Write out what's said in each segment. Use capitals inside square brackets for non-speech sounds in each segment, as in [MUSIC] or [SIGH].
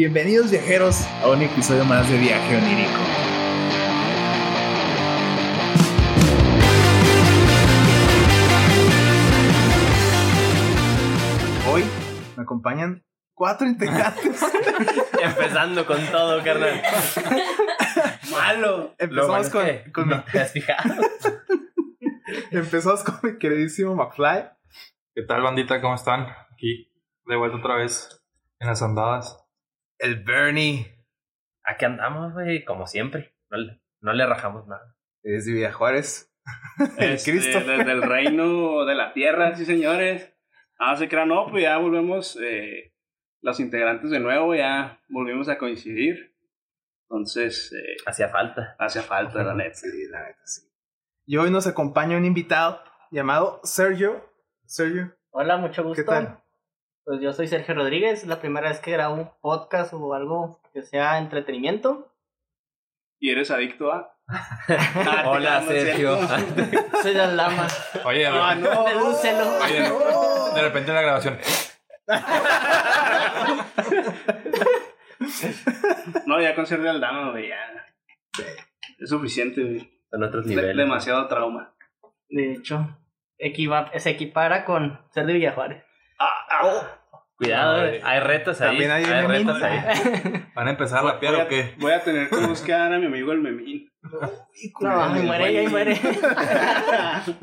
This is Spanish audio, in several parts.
Bienvenidos viajeros a un episodio más de Viaje Onírico. Hoy me acompañan cuatro integrantes. [LAUGHS] Empezando con todo, [LAUGHS] carnal. Malo. Empezamos con- con- no ¿Te has fijado? [LAUGHS] Empezamos con mi queridísimo McFly. ¿Qué tal, bandita? ¿Cómo están? Aquí, [LAUGHS] de vuelta otra vez en las andadas. El Bernie. Aquí andamos, güey, como siempre. No le, no le rajamos nada. Es de Villa Juárez. El Este, Cristo. Desde el reino de la tierra, sí, señores. Ah, se crean, no, pues ya volvemos eh, los integrantes de nuevo, ya volvimos a coincidir. Entonces, eh, Hacía falta. hace falta, la neta. Sí, la neta, sí. Y hoy nos acompaña un invitado llamado Sergio. Sergio, Hola, mucho gusto. ¿qué tal? Pues yo soy Sergio Rodríguez, la primera vez que grabo un podcast o algo que sea entretenimiento. ¿Y eres adicto [LAUGHS] a? Ah, Hola, Sergio. [LAUGHS] Soy las lamas. [LAUGHS] Oye, de, Ah, repente, no. Es un celo. oye, de repente en la grabación. No, ya con ser de Aldama, güey, ya. Es suficiente, güey. Son otros De- niveles. demasiado trauma. De hecho, equiva- se equipara con ser de Villajuárez. Cuidado, güey. Ay. Hay retos ahí. También hay hay enemigos. retos ahí. ¿Van a empezar a rapear Voy a, o qué? voy a tener que buscar a mi amigo el Memín. No, ahí muere, ahí muere.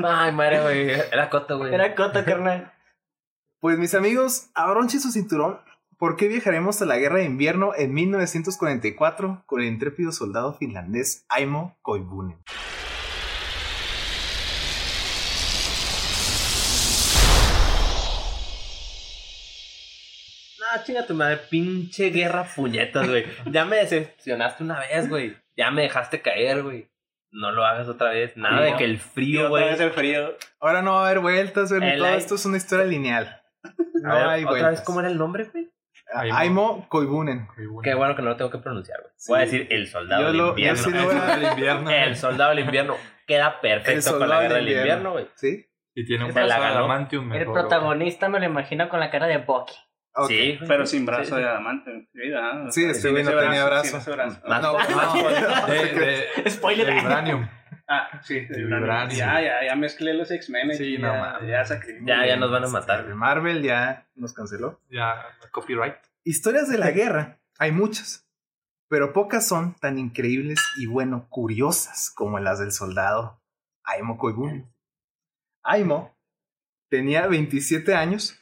Ay, madre, güey. Era coto, güey. Era coto, carnal. Pues mis amigos, abronche su cinturón. ¿Por qué viajaremos a la guerra de invierno en 1944 con el intrépido soldado finlandés Aimo Koivunen? No, chinga tu madre. Pinche guerra puñetas, güey. Ya me decepcionaste una vez, güey. Ya me dejaste caer, güey. No lo hagas otra vez. Nada de No. que el Y frío, otra güey. vez el frío. Ahora no va a haber vueltas, Bernie, El todo Ai- esto es una historia lineal. No A ver, hay ¿Otra vueltas. vez cómo era el nombre, güey? Aimo Koivunen. Qué bueno que no lo tengo que pronunciar, güey. Voy a decir el soldado Yo del lo- yo invierno. sí lo voy a- El invierno. [LAUGHS] El soldado del invierno queda El perfecto soldado con la guerra del del invierno, güey. ¿Sí? Y tiene un Se la brazo de ganó. adamantium. El mejor, protagonista me lo imagino con la cara de Bucky. Ok. Sí, Pero sin Sí, brazo de adamante. Sí, ah, Sí, este sin güey no ese tenía brazo. Ah. sin ese brazo. No, no, [LAUGHS] güey. [LAUGHS] De, de, Spoiler. de vibranium. Ah, sí, de De Vibranium. Vibranium. Ya, ya, ya mezclé los X-Men. Sí, aquí, no ya, mames. ya saqué. Ya, ya nos van a matar. Marvel ya nos canceló. Ya, copyright. Historias de la guerra hay muchas, pero pocas son tan increíbles y bueno, curiosas como las del soldado Aimo Koigun. Aimo tenía 27 años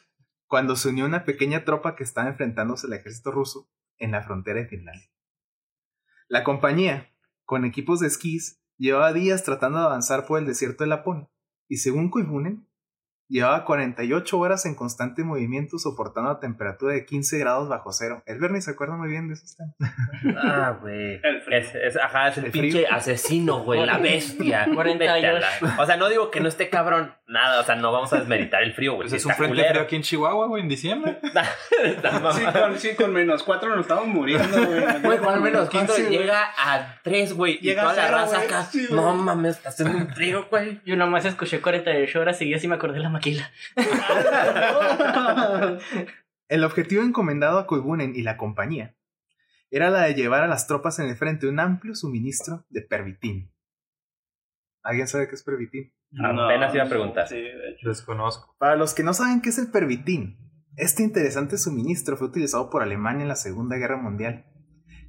cuando se unió a una pequeña tropa que estaba enfrentándose al ejército ruso en la frontera de Finlandia. La compañía, con equipos de esquís, llevaba días tratando de avanzar por el desierto de Laponia y según Koivunen, Llevaba 48 horas en constante movimiento soportando la temperatura de 15 grados bajo cero. El Bernie se acuerda muy bien de esos temas. Ah, güey. El frío. Es, es- ajá, es el, El pinche frío. asesino, güey, la bestia. Vete a la- O sea, no digo que no esté cabrón, nada, o sea, no vamos a desmeritar el frío, güey. Pues sí es un está frente culero. frío aquí en Chihuahua, güey, en diciembre. [LAUGHS] Está mamá. Sí con, sí, con menos cuatro nos estamos muriendo, güey. [LAUGHS] Güey, con al menos Con 15 sí, güey. llega a 3, güey. Y Llega toda a la cero, raza güey. acá. Sí, güey. no mames, está haciendo un frío, güey. Yo nomás escuché 48 horas seguidas y me acordé de la maquila. El objetivo encomendado a Koivunen y la compañía era la de llevar a las tropas en el frente un amplio suministro de pervitín. ¿Alguien sabe qué es pervitín? No, Apenas iba a preguntar. Sí, de hecho. Desconozco. Para los que no saben qué es el pervitín, este interesante suministro fue utilizado por Alemania en la Segunda Guerra Mundial.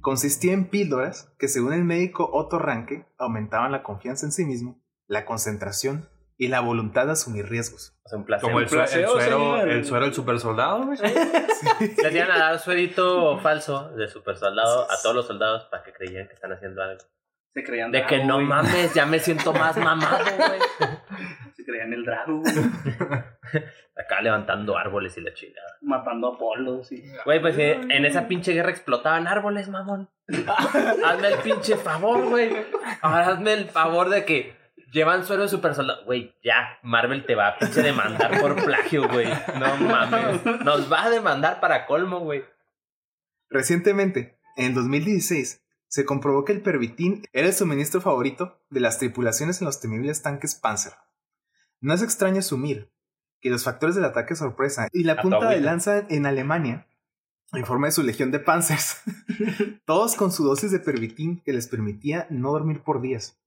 Consistía en píldoras que, según el médico Otto Ranke, aumentaban la confianza en sí mismo, la concentración y la voluntad de asumir riesgos. O sea, un placer. Como el, sue- el placebo, suero, señor. el suero del super soldado, güey. Les iban a dar suerito falso de super soldado a todos los soldados para que creyeran que están haciendo algo. Se creían De Drago, que no güey. mames, ya me siento más mamado, güey. Se creían el Drago, güey. Acá levantando árboles y la chingada. matando a Polo, sí. Güey, pues eh, en esa pinche guerra explotaban árboles, mamón. hazme el pinche favor, güey. Ahora hazme el favor de que llevan suero de super soldado. Güey, ya, Marvel te va a pinche demandar por plagio, güey. No mames. Nos va a demandar para colmo, güey. Recientemente, en el 2016, se comprobó que el pervitín era el suministro favorito de las tripulaciones en los temibles tanques Panzer. No es extraño asumir que los factores del ataque sorpresa y la tu punta de agüita. lanza en Alemania en forma de su legión de [LAUGHS] panzers, todos con su dosis de pervitin que les permitía no dormir por días.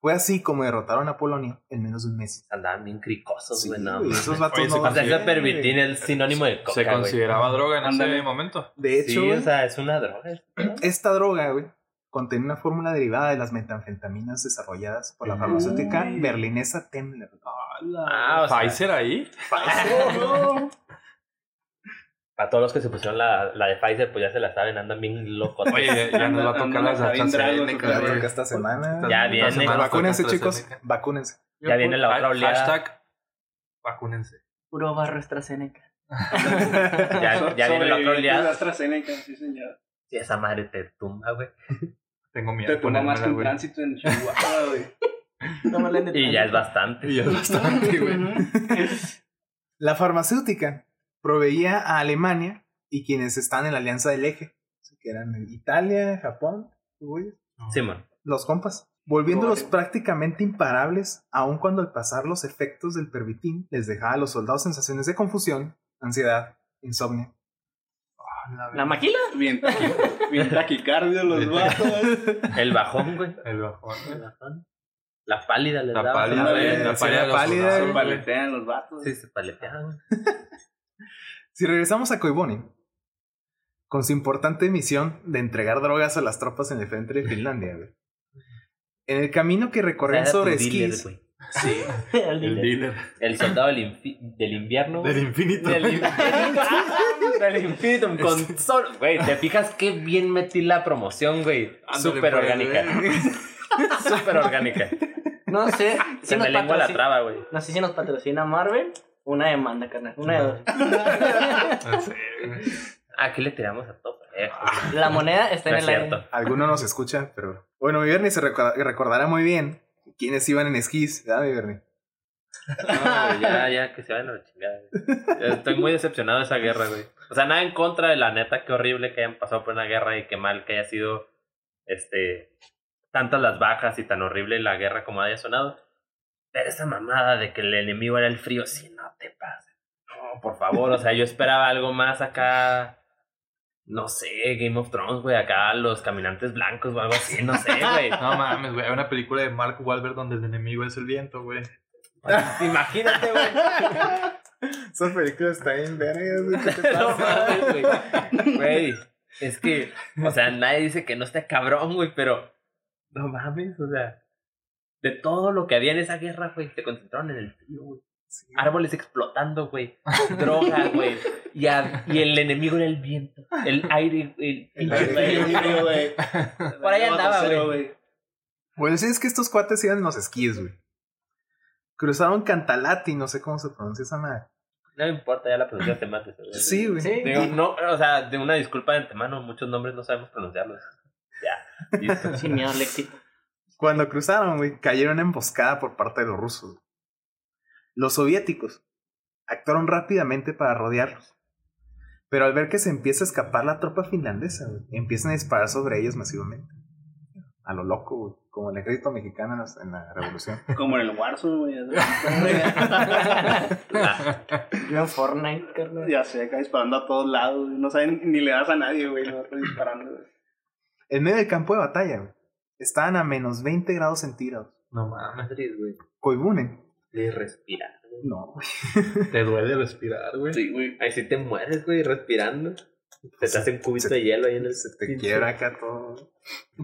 Fue así como derrotaron a Polonia en menos de un mes. Andaban bien cricosos, Sí, güey, no. güey, mames. esos vatos Oye, se no- O sea, ese Sí. pervitin es sinónimo de coca, Se güey. consideraba droga en Ándale. ese momento. De hecho, Sí, güey, o sea, es una droga. ¿no? esta droga, güey, contenía una fórmula derivada de las metanfetaminas desarrolladas por la Uy. farmacéutica berlinesa Temmler. Ah, o sea, ¿Pfizer ahí? para todos los que se pusieron la, la de Pfizer, pues ya se la saben, andan bien locos. Oye, Eh, ya nos va a tocar las Anda bien AstraZeneca, drago, Claro, güey. que esta semana. Esta- Ya esta viene. semana va a Vacúnense, tocar chicos. AstraZeneca. Vacúnense. Ya viene la otra oleada. Hashtag vacúnense. Puro barro AstraZeneca. ya, ya viene la otra De oleada. AstraZeneca, sí, señor. Sí, esa madre te tumba, güey. Tengo miedo. Te de toma más que un ponérmela, güey. tránsito en Chihuahua, güey. No me hablen de Y ya es bastante. Y ya [LAUGHS] es bastante, güey. La farmacéutica proveía a Alemania y quienes están en la alianza del eje, así que eran Italia, Japón, güey, Simón. los compas, volviéndolos Vale. prácticamente imparables, aun cuando al pasar los efectos del pervitín les dejaba a los soldados sensaciones de confusión, ansiedad, insomnio. ¿La maquila? Bien, taqui- bien taquicardio los Bien vatos. El bajón, güey. El bajón. El bajón. La pálida les La daba. pálida, ¿sabes? güey, la sí, pálida la de los pálida, soldados. Se paletean los vatos. Sí, se paleteaban. güey. Si regresamos a Koiboni, con su importante misión de entregar drogas a las tropas en el frente de Finlandia, güey. En el camino que recorrían Era tu sobre dealer, esquís, güey. El El dinero. dealer. El soldado del, infi- del invierno. güey. Del infinito. Del infinitum. [LAUGHS] del infinitum. Este, Con sol. Güey, te fijas qué bien metí la promoción, güey. Ándale, Súper pues, orgánica. [LAUGHS] Súper [LAUGHS] orgánica. No sé. si Se nos me lengua la patrocina- traba, güey. No sé si nos patrocina Marvel. Una demanda, carnal. Una de dos. No [LAUGHS] sé, güey. Aquí le tiramos a todo. eh. La moneda Ah. está No en es el aire. cierto. Alguno nos escucha, pero. Bueno, mi Bernie se recorda- recordará muy bien quiénes iban en esquís, ¿verdad, mi Bernie? No, güey, ya, ya, que se vayan a la chingada. güey. Estoy muy decepcionado de esa guerra, güey. O sea, nada en contra de la neta, qué horrible que hayan pasado por una guerra y qué mal que haya sido este tantas las bajas y tan horrible la guerra como haya sonado. Pero esa mamada de que el enemigo era el frío, sí, no te pases. No, por favor, o sea, yo esperaba algo más acá. No sé, Game of Thrones, güey, acá los caminantes blancos o algo así, no sé, güey. No mames, güey. Hay una película de Mark Wahlberg donde el enemigo es el viento, güey. Imagínate, güey. Esa película está bien vergas. ¿Qué te No pasa? mames, güey. Güey, es que, o sea, nadie dice que no está cabrón, güey, pero no mames, o sea, de todo lo que había en esa guerra, güey, se concentraron en el frío, güey. Árboles explotando, güey. Droga, güey. Y, a- y el enemigo era el viento. El aire, el pinche frío, güey. Por ahí andaba, güey. Bueno, sí, es que estos cuates iban en los esquís, güey. Cruzaron Cantalati, no sé cómo se pronuncia esa madre. No me importa, ya la pronunciaste te mate. Sí, güey. Sí. Digo, no, o sea, de una disculpa de antemano, muchos nombres no sabemos pronunciarlos. Ya, listo. Sin miedo al éxito. Cuando cruzaron, güey, cayeron en emboscada por parte de los rusos. güey. Los soviéticos actuaron rápidamente para rodearlos. Pero al ver que se empieza a escapar la tropa finlandesa, güey, empiezan a disparar sobre ellos masivamente. A lo loco, güey, como el ejército mexicano en las- en la revolución. Como en el Warzone, güey. [LAUGHS] Ah, Yo en Fortnite, carnal. Ya sé, acá disparando a todos lados. güey. No saben, ni le das a nadie, güey. Lo vas disparando, güey. En medio del campo de batalla, güey, estaban a menos 20 grados centígrados. No mames. Madrid, güey. Koibune. De respirar. No, güey. Te duele respirar, güey. Sí, güey. Ahí sí te mueres, güey, respirando. Se te hace un cubito de hielo ahí en el. se te quiebra acá todo.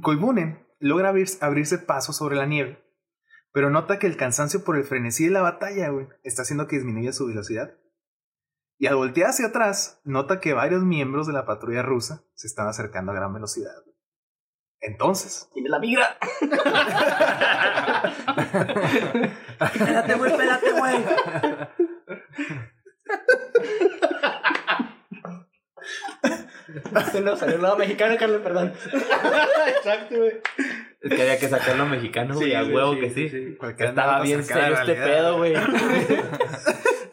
Koibune logra abrir- abrirse paso sobre la nieve, pero nota que el cansancio por el frenesí de la batalla, güey, está haciendo que disminuya su velocidad. Y al voltear hacia atrás, nota que varios miembros de la patrulla rusa se están acercando a gran velocidad. güey. Entonces, Tiene la migra. espérate, güey, espérate, güey. Se nos salió el lado mexicano, Carlos, perdón. Exacto, güey. Es que había que sacarlo mexicano, güey, a güey, huevo que sí. cualquiera Estaba andaba bien cerca de serio la este realidad, pedo, güey. [LAUGHS]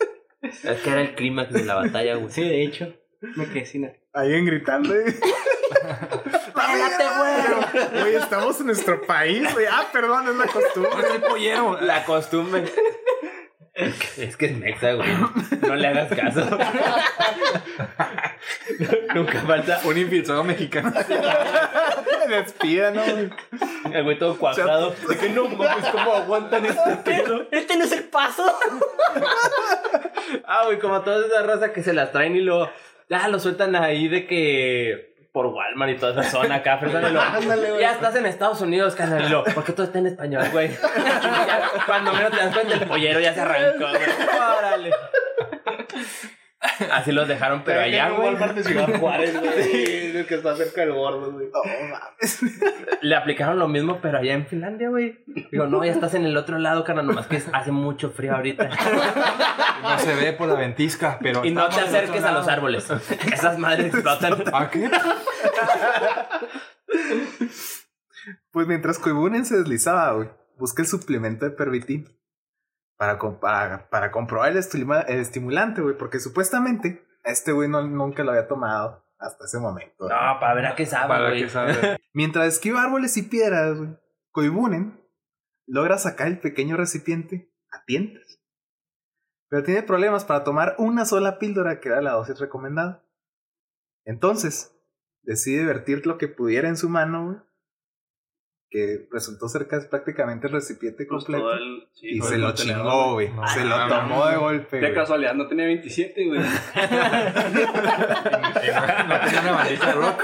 Es que era el clímax de la batalla, güey. Sí, de hecho. Me quedé sin nada. Alguien gritando. güey. [LAUGHS] ¡Pélate, güey! Güey, estamos [LAUGHS] en nuestro país, güey. Ah, perdón, es la costumbre. el pollero! La costumbre. Es que es mexa, güey. No le hagas [LAUGHS] caso. Nunca falta Un infiltrado mexicano. Despida, ¿no? güey? el güey todo cuadrado. De que no mames, ¿cómo aguantan este pedo? Este no es el paso. Ah, güey, como toda esa raza que se las traen y lo. Ya lo sueltan ahí de que. Por Walmart y toda esa zona acá, préstamelo. Ándale, güey. Ya estás en Estados Unidos, carnal. y lo, ¿Por qué todo está en español, güey? [LAUGHS] Ya, cuando menos te das cuenta, el pollero ya se arrancó, güey. Órale. Así los dejaron, pero allá, güey. Walmart de Ciudad Juárez, güey. El que está cerca del bordo, güey. No mames. [LAUGHS] Le aplicaron lo mismo, pero allá en Finlandia, güey. Digo, no, ya estás en el otro lado, carnal. Nomás que es- hace mucho frío ahorita. No se ve por la ventisca, pero. Y no te estamos del otro acerques a los lado. árboles. Esas madres explotan. ¿A qué? Pues mientras Coibunen se deslizaba, güey, busqué el suplemento de pervitin para, com- para, para comprobar el, estima- el estimulante, güey, porque supuestamente este güey no, nunca lo había tomado hasta ese momento. ¿no? No, para ver a qué sabe, Para güey. que [LAUGHS] sabe. Mientras esquiva árboles y piedras, güey, Koibunen logra sacar el pequeño recipiente a tientas. Pero tiene problemas para tomar una sola píldora que era la dosis recomendada. Entonces, decide vertir lo que pudiera en su mano, güey, que resultó ser casi prácticamente el recipiente Pues completo. todo el- sí, y todo se el lo contenedor, chingó, güey. No, se lo no, tomó no. de golpe. De güey. casualidad, no tenía 27, güey. No tenía una bandita [LAUGHS] de rock.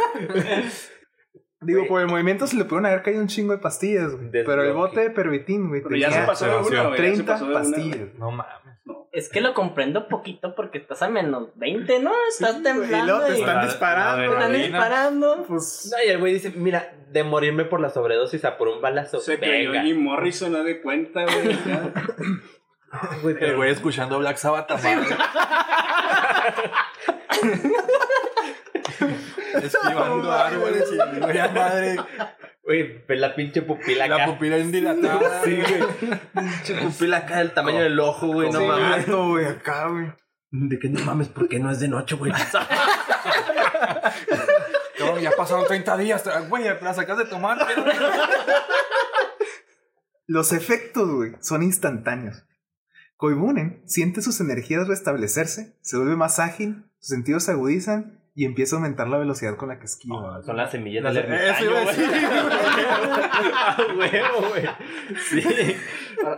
Digo, Güey. por el movimiento se le pudieron haber caído un chingo de pastillas, güey. Pero el Desbloque. bote de pervitín, güey, Pero ya tenía se pasó de una, güey. ya se 30 pasó de una, güey. pastillas. No mames. Es que lo comprendo poquito porque estás a menos 20, ¿no? Estás Y luego temblando te y están La- disparando. la te están adrenalina. disparando. Pues, No, y el güey dice, mira, de morirme por la sobredosis a por un balazo. Se cayó Venga. Jim Morrison, no de cuenta, güey. ya. Güey, El güey escuchando Black Sabbath. a madre. [LAUGHS] Esquivando árboles y güey, a madre. Güey, ve la pinche pupila acá. La pupila en dilatada. Sí, güey. Pinche pupila acá del tamaño Oh. del ojo, güey. No sí, mames. alto, güey, acá, güey. De que no mames, porque no es de noche, güey? Cabrón, ya pasaron 30 días. Güey, la sacas de tomar. Los efectos, güey, son instantáneos. Koibunen siente sus energías restablecerse, se vuelve más ágil, sus sentidos se agudizan y empieza a aumentar la velocidad con la que esquiva. Son las semillas Las- del eso iba a ermitaño, güey. Ah, [LAUGHS] huevo, güey. Sí.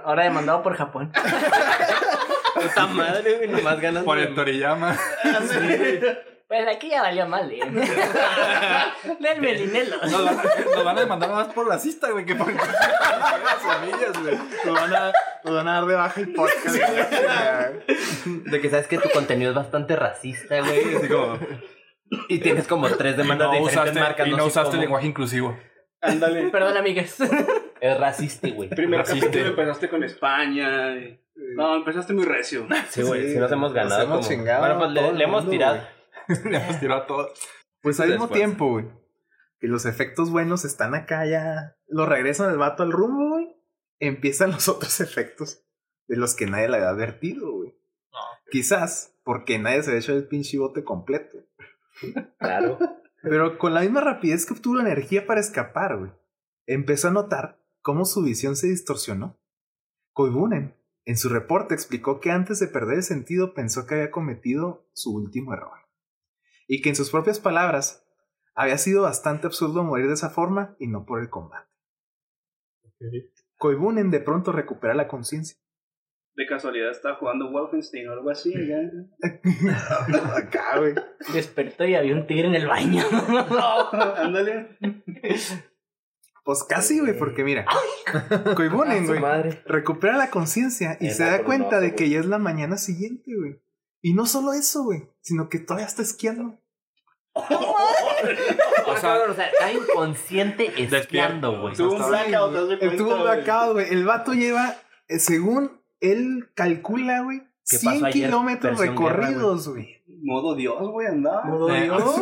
Ahora demandado por Japón. Puta madre, güey. Nomás ganas. Por de- el Toriyama. Pues aquí ya valió mal, ¿eh? Del melinelo. Nos van, a- nos van a demandar más por la cista, güey, que por [LAUGHS] las semillas, güey. Nos van, a, nos van a dar de baja el podcast. güey. De que sabes que tu contenido es bastante racista, güey. Así como- Y tienes como tres demandas de No diferentes usaste, marcas. y no sé usaste cómo. lenguaje inclusivo. [LAUGHS] Ándale. Perdón, amigas. Es racista, güey. Primer Racista. capítulo empezaste con España. y- No, empezaste muy recio. Sí, güey, Sí, si nos nos hemos ganado. hemos como- chingado Bueno, pues a le, todo el le hemos mundo, tirado. güey. Le hemos tirado a todos. Pues al mismo Después. tiempo, güey. Que los efectos buenos están acá ya. Lo regresan el vato al rumbo, güey. Empiezan los [LAUGHS] otros efectos de los que nadie le había advertido, güey. Quizás porque nadie se había hecho el pinche bote completo. [LAUGHS] Claro. Pero con la misma rapidez que obtuvo la energía para escapar, güey, empezó a notar cómo su visión se distorsionó. Koibunen, en su reporte, explicó que antes de perder el sentido pensó que había cometido su último error. Y que en sus propias palabras, había sido bastante absurdo morir de esa forma y no por el combate. Koibunen de pronto recupera la conciencia. De casualidad estaba jugando Wolfenstein o algo así. ya. Acá, güey. Despertó y había un tigre en el baño. [LAUGHS] Ándale. Pues casi, güey, porque mira. Koibunen, güey. madre. recupera la conciencia y Era se da por un cuenta oso, de que güey. ya es la mañana siguiente, güey. Y no solo eso, güey, sino que todavía está esquiando. O sea, o sea, está [LAUGHS] inconsciente espiando, güey. Tuvo un blackout, ¿te das de cuenta, Estuvo güey? blackout, güey. El vato lleva, eh, según él calcula, güey, ¿Qué 100 pasó ayer? kilómetros Versión guerra, recorridos, güey. Modo Dios, güey, andaba. Modo Eh, Dios.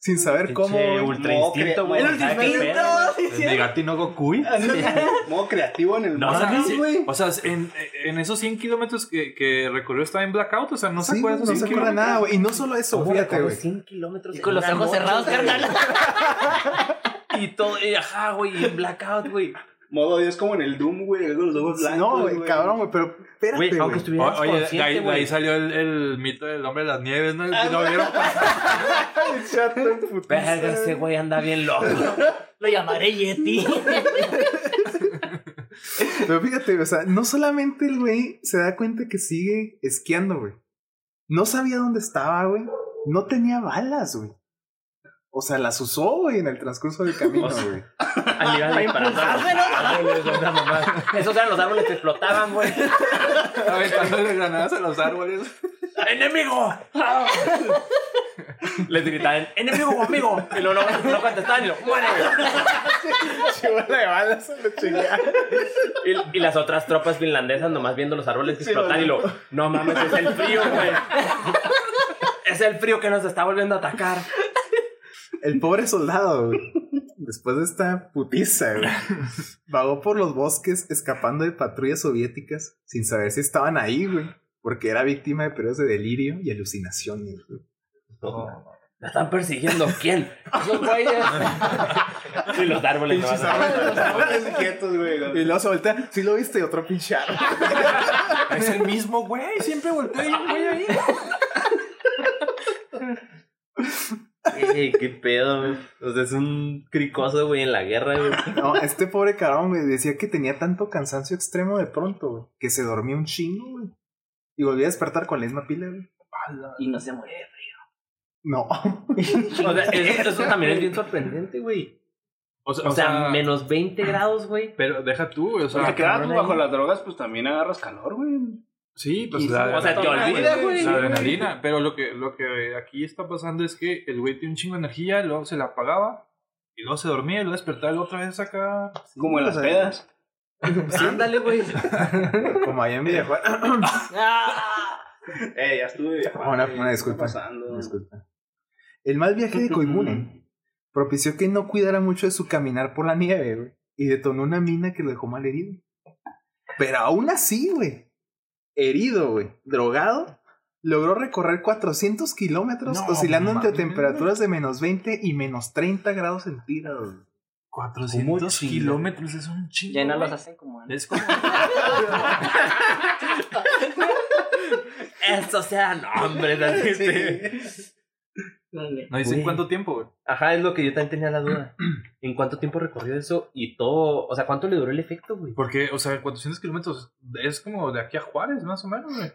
Sin saber cómo. Pinche güey. ultra No, instinto, cre- güey. el no sabe qué Ultimate, pedo. De Gatino Gokui. [LAUGHS] Modo creativo en el No, mundo, no, sí. güey. O sea, en, en esos 100 kilómetros que, que recorrió estaba en blackout. O sea, no se Sí, güey, no acuerda. de se esos 100 acuerda kilómetros. nada, güey. Y no solo eso, ¿Cómo fíjate, recorre güey. 100 kilómetros Y con en los una ojos noche, cerrados, güey? carnal. Y todo, y ajá, güey, y en blackout, güey. Modo Dios como en el Doom, güey. Con los ojos blancos. No, güey, cabrón, güey, pero espérate, Güey, aunque güey. O- estuvieras Oye, de ahí, consciente, de ahí güey. salió el, el mito del hombre de las nieves, ¿no? Si lo vieron [LAUGHS] El chato en putiza, [LAUGHS] Verga, ese güey anda bien loco. [LAUGHS] Lo llamaré Yeti. Pero fíjate, o sea, no solamente el güey se da cuenta que sigue esquiando, güey. No sabía dónde estaba, güey. No tenía balas, güey. O sea, las usó, güey, en el transcurso del camino, O sea, [LAUGHS] güey. Al nivel de disparando a los árboles, una mamá. Esos eran los árboles que explotaban, güey. aventándole granadas a los árboles. [LAUGHS] ¡Enemigo! [LAUGHS] Les gritaban, ¡enemigo conmigo! Y no, no, no contestaban y lo, ¡muere! Chivola de balas se lo chingaron. Y, y las otras tropas finlandesas nomás viendo los árboles que explotan y lo, ¡no mames, es el frío, güey! [LAUGHS] Es el frío que nos está volviendo a atacar. El pobre soldado, güey. Después de esta putiza, güey. Vagó por los bosques escapando de patrullas soviéticas sin saber si estaban ahí, güey. Porque era víctima de periodos de delirio y alucinaciones, güey. ¿La están persiguiendo? ¿Quién? Los güeyes. Y los árboles. Pinches nomás. árboles. [LAUGHS] Árboles quietos, güey. Y luego se voltea, sí lo viste, y otro pinche árbol. Es el mismo, güey. Siempre volteo y voy ahí. Ey, qué pedo, güey. O sea, es un cricoso, güey, en la guerra, güey. [LAUGHS] No, este pobre cabrón, güey, decía que tenía tanto cansancio extremo de pronto, güey, que se dormía un chingo, güey. Y volvía a despertar con la misma pila, güey. y no se muere. No. O sea, eso, eso también es bien sorprendente, güey. O sea, O sea, menos 20 grados, güey. pero deja tú, Pues güey, o sea, Porque quedas cabrón, bajo ahí. las drogas, pues también agarras calor, güey. sí, pues Y- la o sea, te adrenalina, olvidas, güey. La adrenalina, pero lo que, lo que aquí está pasando es que el güey tiene un chingo de energía, luego se la apagaba, y luego se dormía, y luego despertaba y luego otra vez acá. Como en o las sea, pedas. [LAUGHS] Ándale, güey. [LAUGHS] Como allá en Villajuana. [COUGHS] Ah, Eh, ya estuve viajando. Una- güey, una ¿qué disculpa. está pasando? Disculpa. El mal viaje de Koimune propició que no cuidara mucho de su caminar por la nieve, güey, y detonó una mina que lo dejó mal herido. Pero aún así, güey, herido, güey, drogado, logró recorrer 400 kilómetros No, oscilando entre mames. temperaturas de menos 20 y menos 30 grados centígrados. güey. 400 chingo? kilómetros, es un chingo. ya no güey. los hacen como antes. Es como... Eso sean hombres, así, este. Dale. [LAUGHS] No dicen Güey. cuánto tiempo, güey. Ajá, es lo que yo también tenía la [CLEARS THROAT] duda. ¿En cuánto tiempo recorrió eso? Y todo. O sea, ¿cuánto le duró el efecto, güey? Porque, o sea, 400 kilómetros es como de aquí a Juárez, más o menos, güey.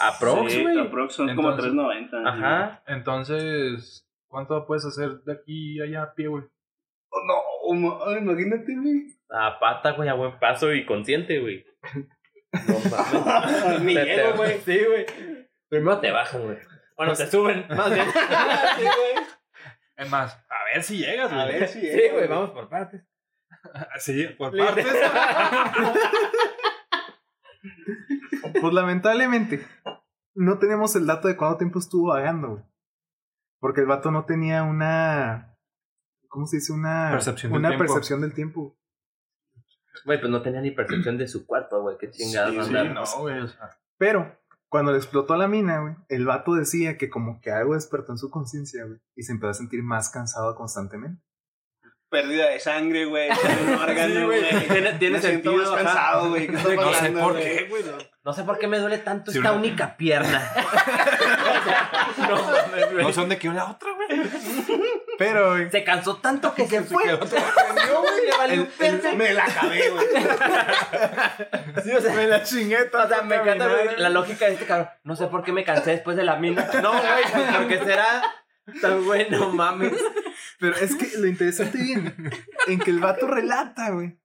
Aprox, Sí, güey. aprox son como Entonces- 3.90. Ajá. Entonces, ¿cuánto puedes hacer de aquí allá a pie, güey? Oh, no, oh, ma- ay, imagínate, güey. A pata, güey, a buen paso y consciente, güey. No mames. [LAUGHS] Ni Te- llego, te- güey. Sí, güey. Primero te bajan, güey. Bueno, te suben, más bien. Sí, güey. Es más, a ver si llegas, güey. A ver [LAUGHS] si Sí, llego, güey, vamos por partes. Sí, por Literal. [LAUGHS] partes. Pues lamentablemente, no tenemos el dato de cuánto tiempo estuvo vagando, güey. Porque el vato no tenía una. ¿Cómo se dice? Una Percepción del una tiempo. percepción del tiempo. Güey, pues no tenía ni percepción de su cuerpo, güey. Qué chingados Sí, va a Sí, andar. no, güey, o sea. Pero cuando le explotó la mina, güey, el vato decía que como que algo despertó en su conciencia, güey, y se empezó a sentir más cansado constantemente. Pérdida de sangre, [LAUGHS] güey. Un Sí, órgano, güey. güey. Tiene- tiene Me siento sentido, más ajá. cansado, güey. ¿Qué está No sé pasando, por güey? qué, güey. no. No sé por qué me duele tanto Sí, esta una- única pierna. [LAUGHS] no mames, güey. No sé dónde quedó la otra, güey. Pero, güey, Se cansó tanto [LAUGHS] que se fue. Le valió el- un pene. Me la acabé, güey. [LAUGHS] Sí, o sea, me la chingué toda o sea, me encanta caminada. güey, la lógica de este cabrón. No sé por qué me cansé después de la mina. No, güey, porque será tan bueno, mames. Pero es que lo interesante viene en que el vato relata, güey.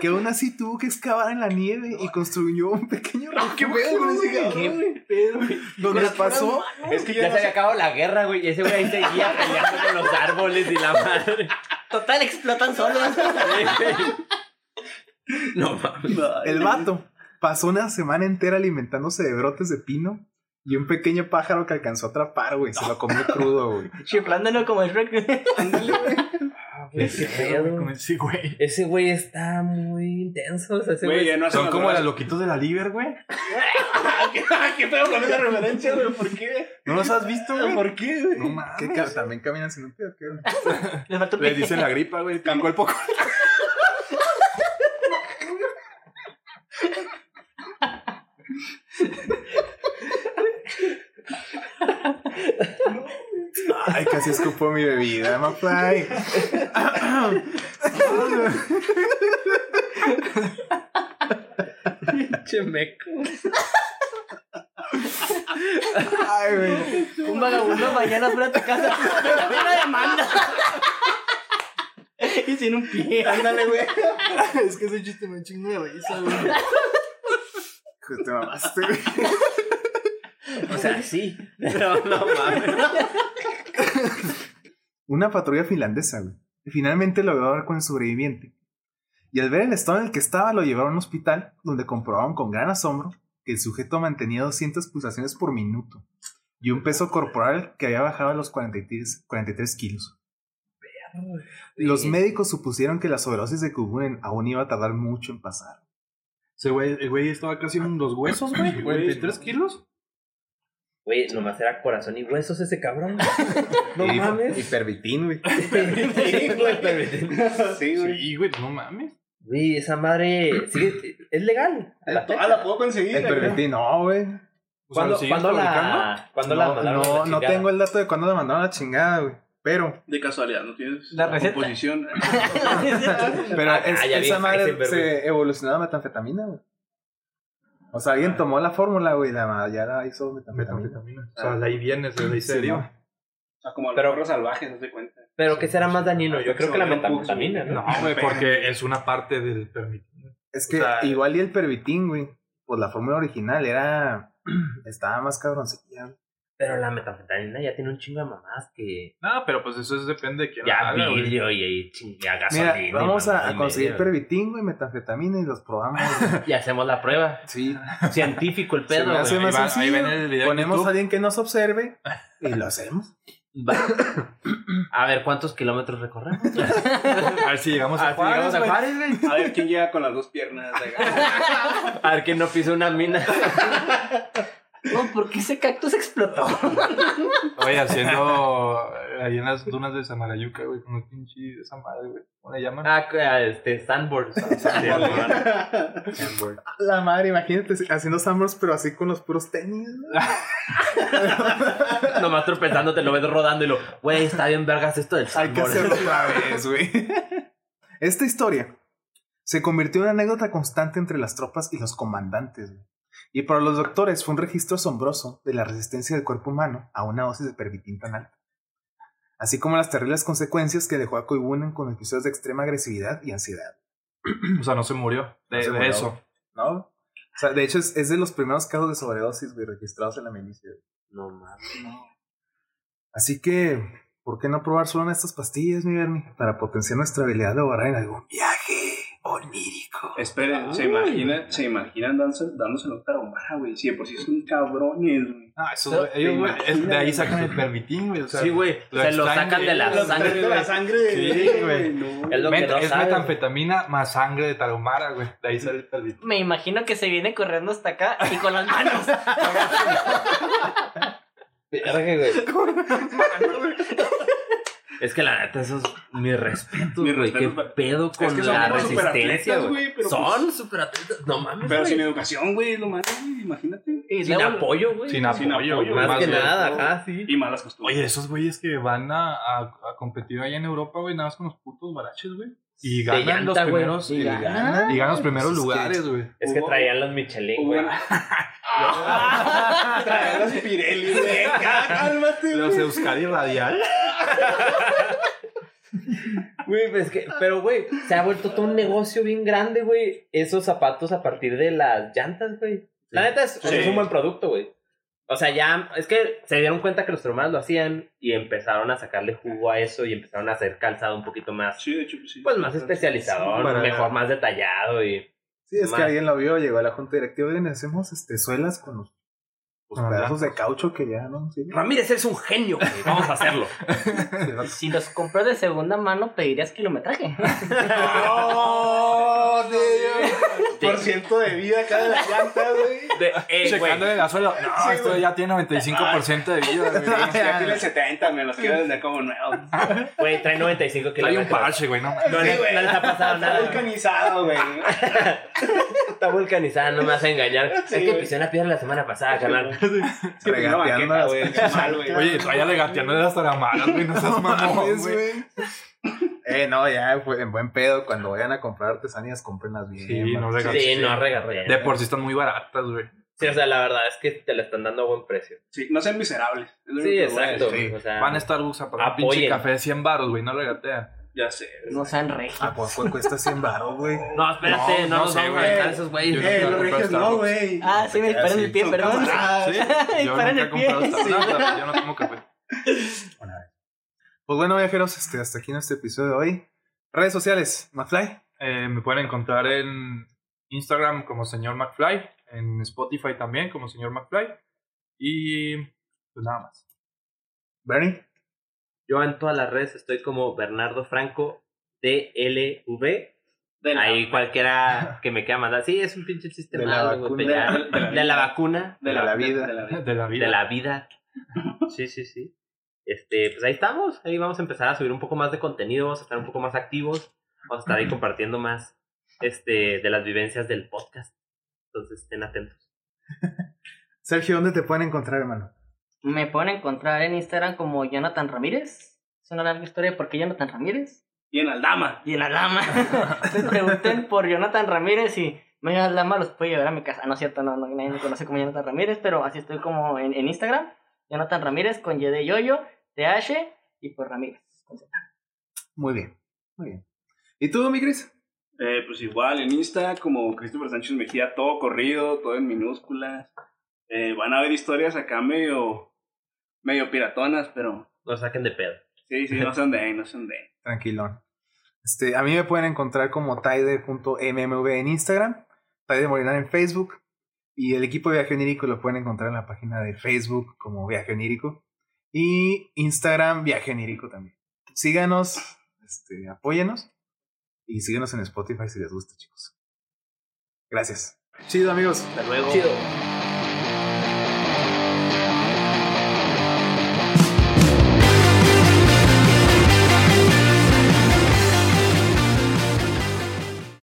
Que aún así tuvo que excavar en la nieve y construyó un pequeño refugio, güey, ¿Qué pedo, güey? donde Mira, pasó Es que yo Ya no se había sé. acabado la guerra, güey. Y ese güey ahí seguía peleando con los árboles y la madre. Total, explotan solos. No mames. el vato. Pasó una semana entera alimentándose de brotes de pino y un pequeño pájaro que alcanzó a atrapar, güey. Se lo comió crudo, güey. Chiflándolo como Shrek. [LAUGHS] Ah, Qué pedo. Sí, güey. Ese güey está muy intenso. O sea, ese Güey, güey. ya no hacen Son las como drogas. los loquitos de la Liber, güey. Ah, ¿Qué pedo con esa referencia, güey? ¿Por qué? ¿No los has visto, güey? ¿Por qué, güey? No mames. Que ca- también caminan sin un pedo, ¿qué? Le faltó un Le dicen la gripa, güey. Cam... cuerpo. casi escupo mi bebida, Mafly. Chemeco. Ay, güey. Un vagabundo mañana fuera a tu casa. Una demanda. y sin un pie. Ándale, güey. Es que ese chiste me chingo de risa, güey. Pues te mamaste, güey. O sea, sí. Pero no mames. Una patrulla finlandesa, güey. Finalmente logró dar con el sobreviviente. Y al ver el estado en el que estaba, lo llevaron a un hospital, donde comprobaron con gran asombro que el sujeto mantenía 200 pulsaciones por minuto y un peso corporal que había bajado a los 43, 43 kilos. Los médicos supusieron que la sobredosis de Kubunen aún iba a tardar mucho en pasar. Ese güey, el güey estaba casi en los huesos, güey. 43 kilos. Güey, nomás era corazón y huesos ese cabrón. No Y- mames. Hipervitín, güey. Sí, güey, permíteme. [LAUGHS] Sí, güey. Sí, güey, no mames. Güey, esa madre sigue, es legal. A la fecha. Ah, la puedo conseguir. acá. Hipervitín, no, güey. O sea, ¿Cuándo, ¿lo siguen cuándo fabricando? la, cuándo la No, mandaron a la no, no chingada? tengo el dato de cuándo la mandaron a la chingada, güey. Pero De casualidad, ¿no tienes? La receta. [LAUGHS] Composición. Pero Ah, es- ah, ya esa vi, madre Heisenberg, güey. se evolucionó a metanfetamina, güey. O sea, alguien tomó la fórmula, güey, la, ma- ya la hizo metanfetamina. Ah. Metanfetamina. O sea, de ahí viene, de ahí se Sí, deriva. O sea, como Pero- los perros salvajes, no se cuenta. Pero ¿qué será más dañino? Yo creo que la Se volvió un pulso. metanfetamina, ¿no? No, Ah, güey, porque es una parte del permitido. Es que O sea, igual y el pervitín, güey, pues la fórmula original [CLEARS THROAT] era... Estaba más cabroncilla, güey. Pero la metanfetamina ya tiene un chingo de mamás que No, pero pues eso es- depende de quién la ya haga, güey. vidrio y ahí chinga gasolina. Ah, Mira, y vamos a, mamá a y conseguir media, güey. pervitín, güey, metanfetamina y los probamos. [LAUGHS] güey. Y hacemos la prueba. Sí, Científico el Se me pedo, hace güey. más va- ahí sencillo. ven el video en ponemos YouTube. a alguien que nos observe y lo [LAUGHS] hacemos. Va. A ver cuántos kilómetros [LAUGHS] recorremos. [LAUGHS] A ver si llegamos Así a Juárez, llegamos a güey. Juárez, güey. A ver quién llega con las [LAUGHS] dos piernas. A ver quién no pisa una mina. No, ¿por qué ese cactus explotó? Oye, haciendo eh, ahí en las dunas de Samarayuca, güey, con un pinche esa madre, güey. ¿Cómo le llaman? Ah, que- a este, Sandboard. A La madre, imagínate haciendo Summers, pero así con los puros tenis. güey. Nomás tropezando, te lo ves rodando y lo, güey, está bien vergas esto del Hay que sandboard. hacerlo otra vez, güey. [LAUGHS] Esta historia se convirtió en una anécdota constante entre las tropas y los comandantes. güey. Y para los doctores fue un registro asombroso de la resistencia del cuerpo humano a una dosis de pervitin tan alta. Así como las terribles consecuencias que dejó a Koibunen con episodios de extrema agresividad y ansiedad. O sea, no se murió de, No se de murió. eso. ¿No? O sea, de hecho, es, es de los primeros casos de sobredosis güey, registrados en la milicia. No mames. Así que, ¿por qué no probar solo una de estas pastillas, mi Bernie? Para potenciar nuestra habilidad de borrar en algún viaje onírico. Esperen, ¿se Ay. imaginan, se imaginan dándose- dándose la tarahumara, güey? Sí, de por si son cabrones, güey. Ah, eso, güey, ellos, güey, es- de ahí sacan el permitín, güey. O sea, [LAUGHS] Sí, güey. lo Se lo extraen sacan de [LAUGHS] la Los sangre. tres de la sangre. de- Sí, güey. No. Es lo que Met- no es sabes. metanfetamina más sangre de Tarumara, güey. De ahí sale el permitín. Me imagino que se viene corriendo hasta acá y con las manos. Verga, güey. Es que la neta, esos mis respetos, Mis güey. ¿Qué respetos, pa- pedo con es que son la como resistencia, superatletas, güey? güey, pero pues- Son superatletas. No mames, Pero sin güey. educación, güey, lo malo, güey, imagínate. Y Sin luego- apoyo, güey. Sin apoyo, apoyo, güey, Más que bien. nada, ajá, sí. Y malas costumbres. Oye, esos güeyes que van a, a- a competir allá en Europa, güey, nada más con los putos baraches, güey. Y ganan llanta, los güey. primeros. Y y ganan. ganan- y ganan los primeros Pues es que- lugares, güey. [LAUGHS] Es que Hubo- traían los Michelin, Hubo- güey. Traer las Pirelli, güey. Ya, Cálmate, Los güey. Euskadi [LAUGHS] Radial. Güey, pues que, pero güey, se ha vuelto todo un negocio bien grande, güey. Esos zapatos a partir de las llantas, güey. La neta es, Sí. es un buen producto, güey. O sea, ya, es que se dieron cuenta que los tromados lo hacían y empezaron a sacarle jugo a eso y empezaron a hacer calzado un poquito más, Sí, de hecho, pues sí. pues más especializado, Sí, para- mejor, más detallado y Sí, es Mal. que alguien lo vio, llegó a la junta directiva y hacemos este, suelas con los, los Ah, pedazos de caucho que ya no sirven. Ramírez es un genio, güey. Vamos a hacerlo. Si los compras de segunda mano, pedirías kilometraje. [LAUGHS] No, tío. Sí. Por ciento de vida cada de la llanta, güey. De, eh, güey, Checándole el suelo. No, Sí, esto güey. ya tiene 95% de vida, güey. Es que ya tiene 70, me los quiero vender como nuevos. güey, trae 95 Hay un kilómetros. parche, güey, no mames. No, Sí, no, güey. no les ha pasado Está nada. güey. vulcanizado, güey. Está vulcanizada, no me vas a engañar. Sí, es que güey. pisé una piedra la semana pasada, carnal. Sí, tenía una Regateando banqueta, las güey, qué mal, güey. Oye, traía regateándole hasta la mala, güey. No seas [LAUGHS] mamón, mames, güey. güey. Eh, no, ya, fue en buen pedo. Cuando vayan a comprar artesanías, comprenlas bien. Sí, no baratas. regateé. Sí, no regarré. De por sí están muy baratas, güey. Sí, o sea, la verdad es que te la están dando a buen precio. Sí, no sean miserables. es lo Sí, único que voy a exacto. decir. sí. O sea, Van a Starbucks a pagar un pinche Apoyen. café de 100 baros, güey. No regatean. Ya sé. No sean regios. ¿A poco cuesta 100 baros, güey? No, espérate, no, No, no nos sé, vamos a güey. dejar esos güeyes. Yo Eh, nunca los he comprado regios no, Starbucks. güey. Ah, sí, me disparan Sí, el pie, son perdón. camaradas. [LAUGHS] Sí, Disparan yo nunca he Ah, el pie. comprado Starbucks. pero Yo no tomo café. Pues bueno, viajeros, este, hasta aquí nuestro episodio de hoy. Redes sociales, McFly. Eh, me pueden encontrar en Instagram como señor McFly, en Spotify también como señor McFly. Y pues nada más. Bernie. Yo en todas las redes estoy como Bernardo Franco DLV. De la, Ahí cualquiera que me quiera mandar. Sí, es un pinche De la sistema. güey, vacuna. pues ya. De, la, vacuna. de la vida. De la vida. De la vida. De la vida. Sí, sí, sí. Este, pues ahí estamos. Ahí vamos a empezar a subir un poco más de contenido. Vamos a estar un poco más activos. Vamos a estar ahí compartiendo más este, de las vivencias del podcast. Entonces estén atentos. Sergio, ¿dónde te pueden encontrar, hermano? Me pueden encontrar en Instagram como Jonathan Ramírez. Es una larga historia de por qué Jonathan Ramírez. Y en Aldama. Y en [LAUGHS] Alama. Entonces pregunten por Jonathan Ramírez y me llaman Alama, los puedo llevar a mi casa. Ah, No es cierto, no, no, nadie me conoce como Jonathan Ramírez, pero así estoy como en, en Instagram. Jonathan Ramírez con Y de Yoyo, TH y por Ramírez. Muy bien, muy bien. ¿Y tú, mi Cris? Eh, pues igual, en Insta, como Christopher Sánchez Mejía, todo corrido, todo en minúsculas. Eh, van a ver historias acá medio, medio piratonas, pero No saquen de pedo. sí, sí, no son de ahí, no son de ahí. Tranquilón. Este, a mí me pueden encontrar como taide.mmv en Instagram, Taide Molinar en Facebook, y el equipo de Viaje Onírico lo pueden encontrar en la página de Facebook como Viaje Onírico, y Instagram Viaje Onírico también. Síganos, este, apóyenos, y síganos en Spotify si les gusta, chicos. Gracias. Chido, amigos. Hasta luego. Chido.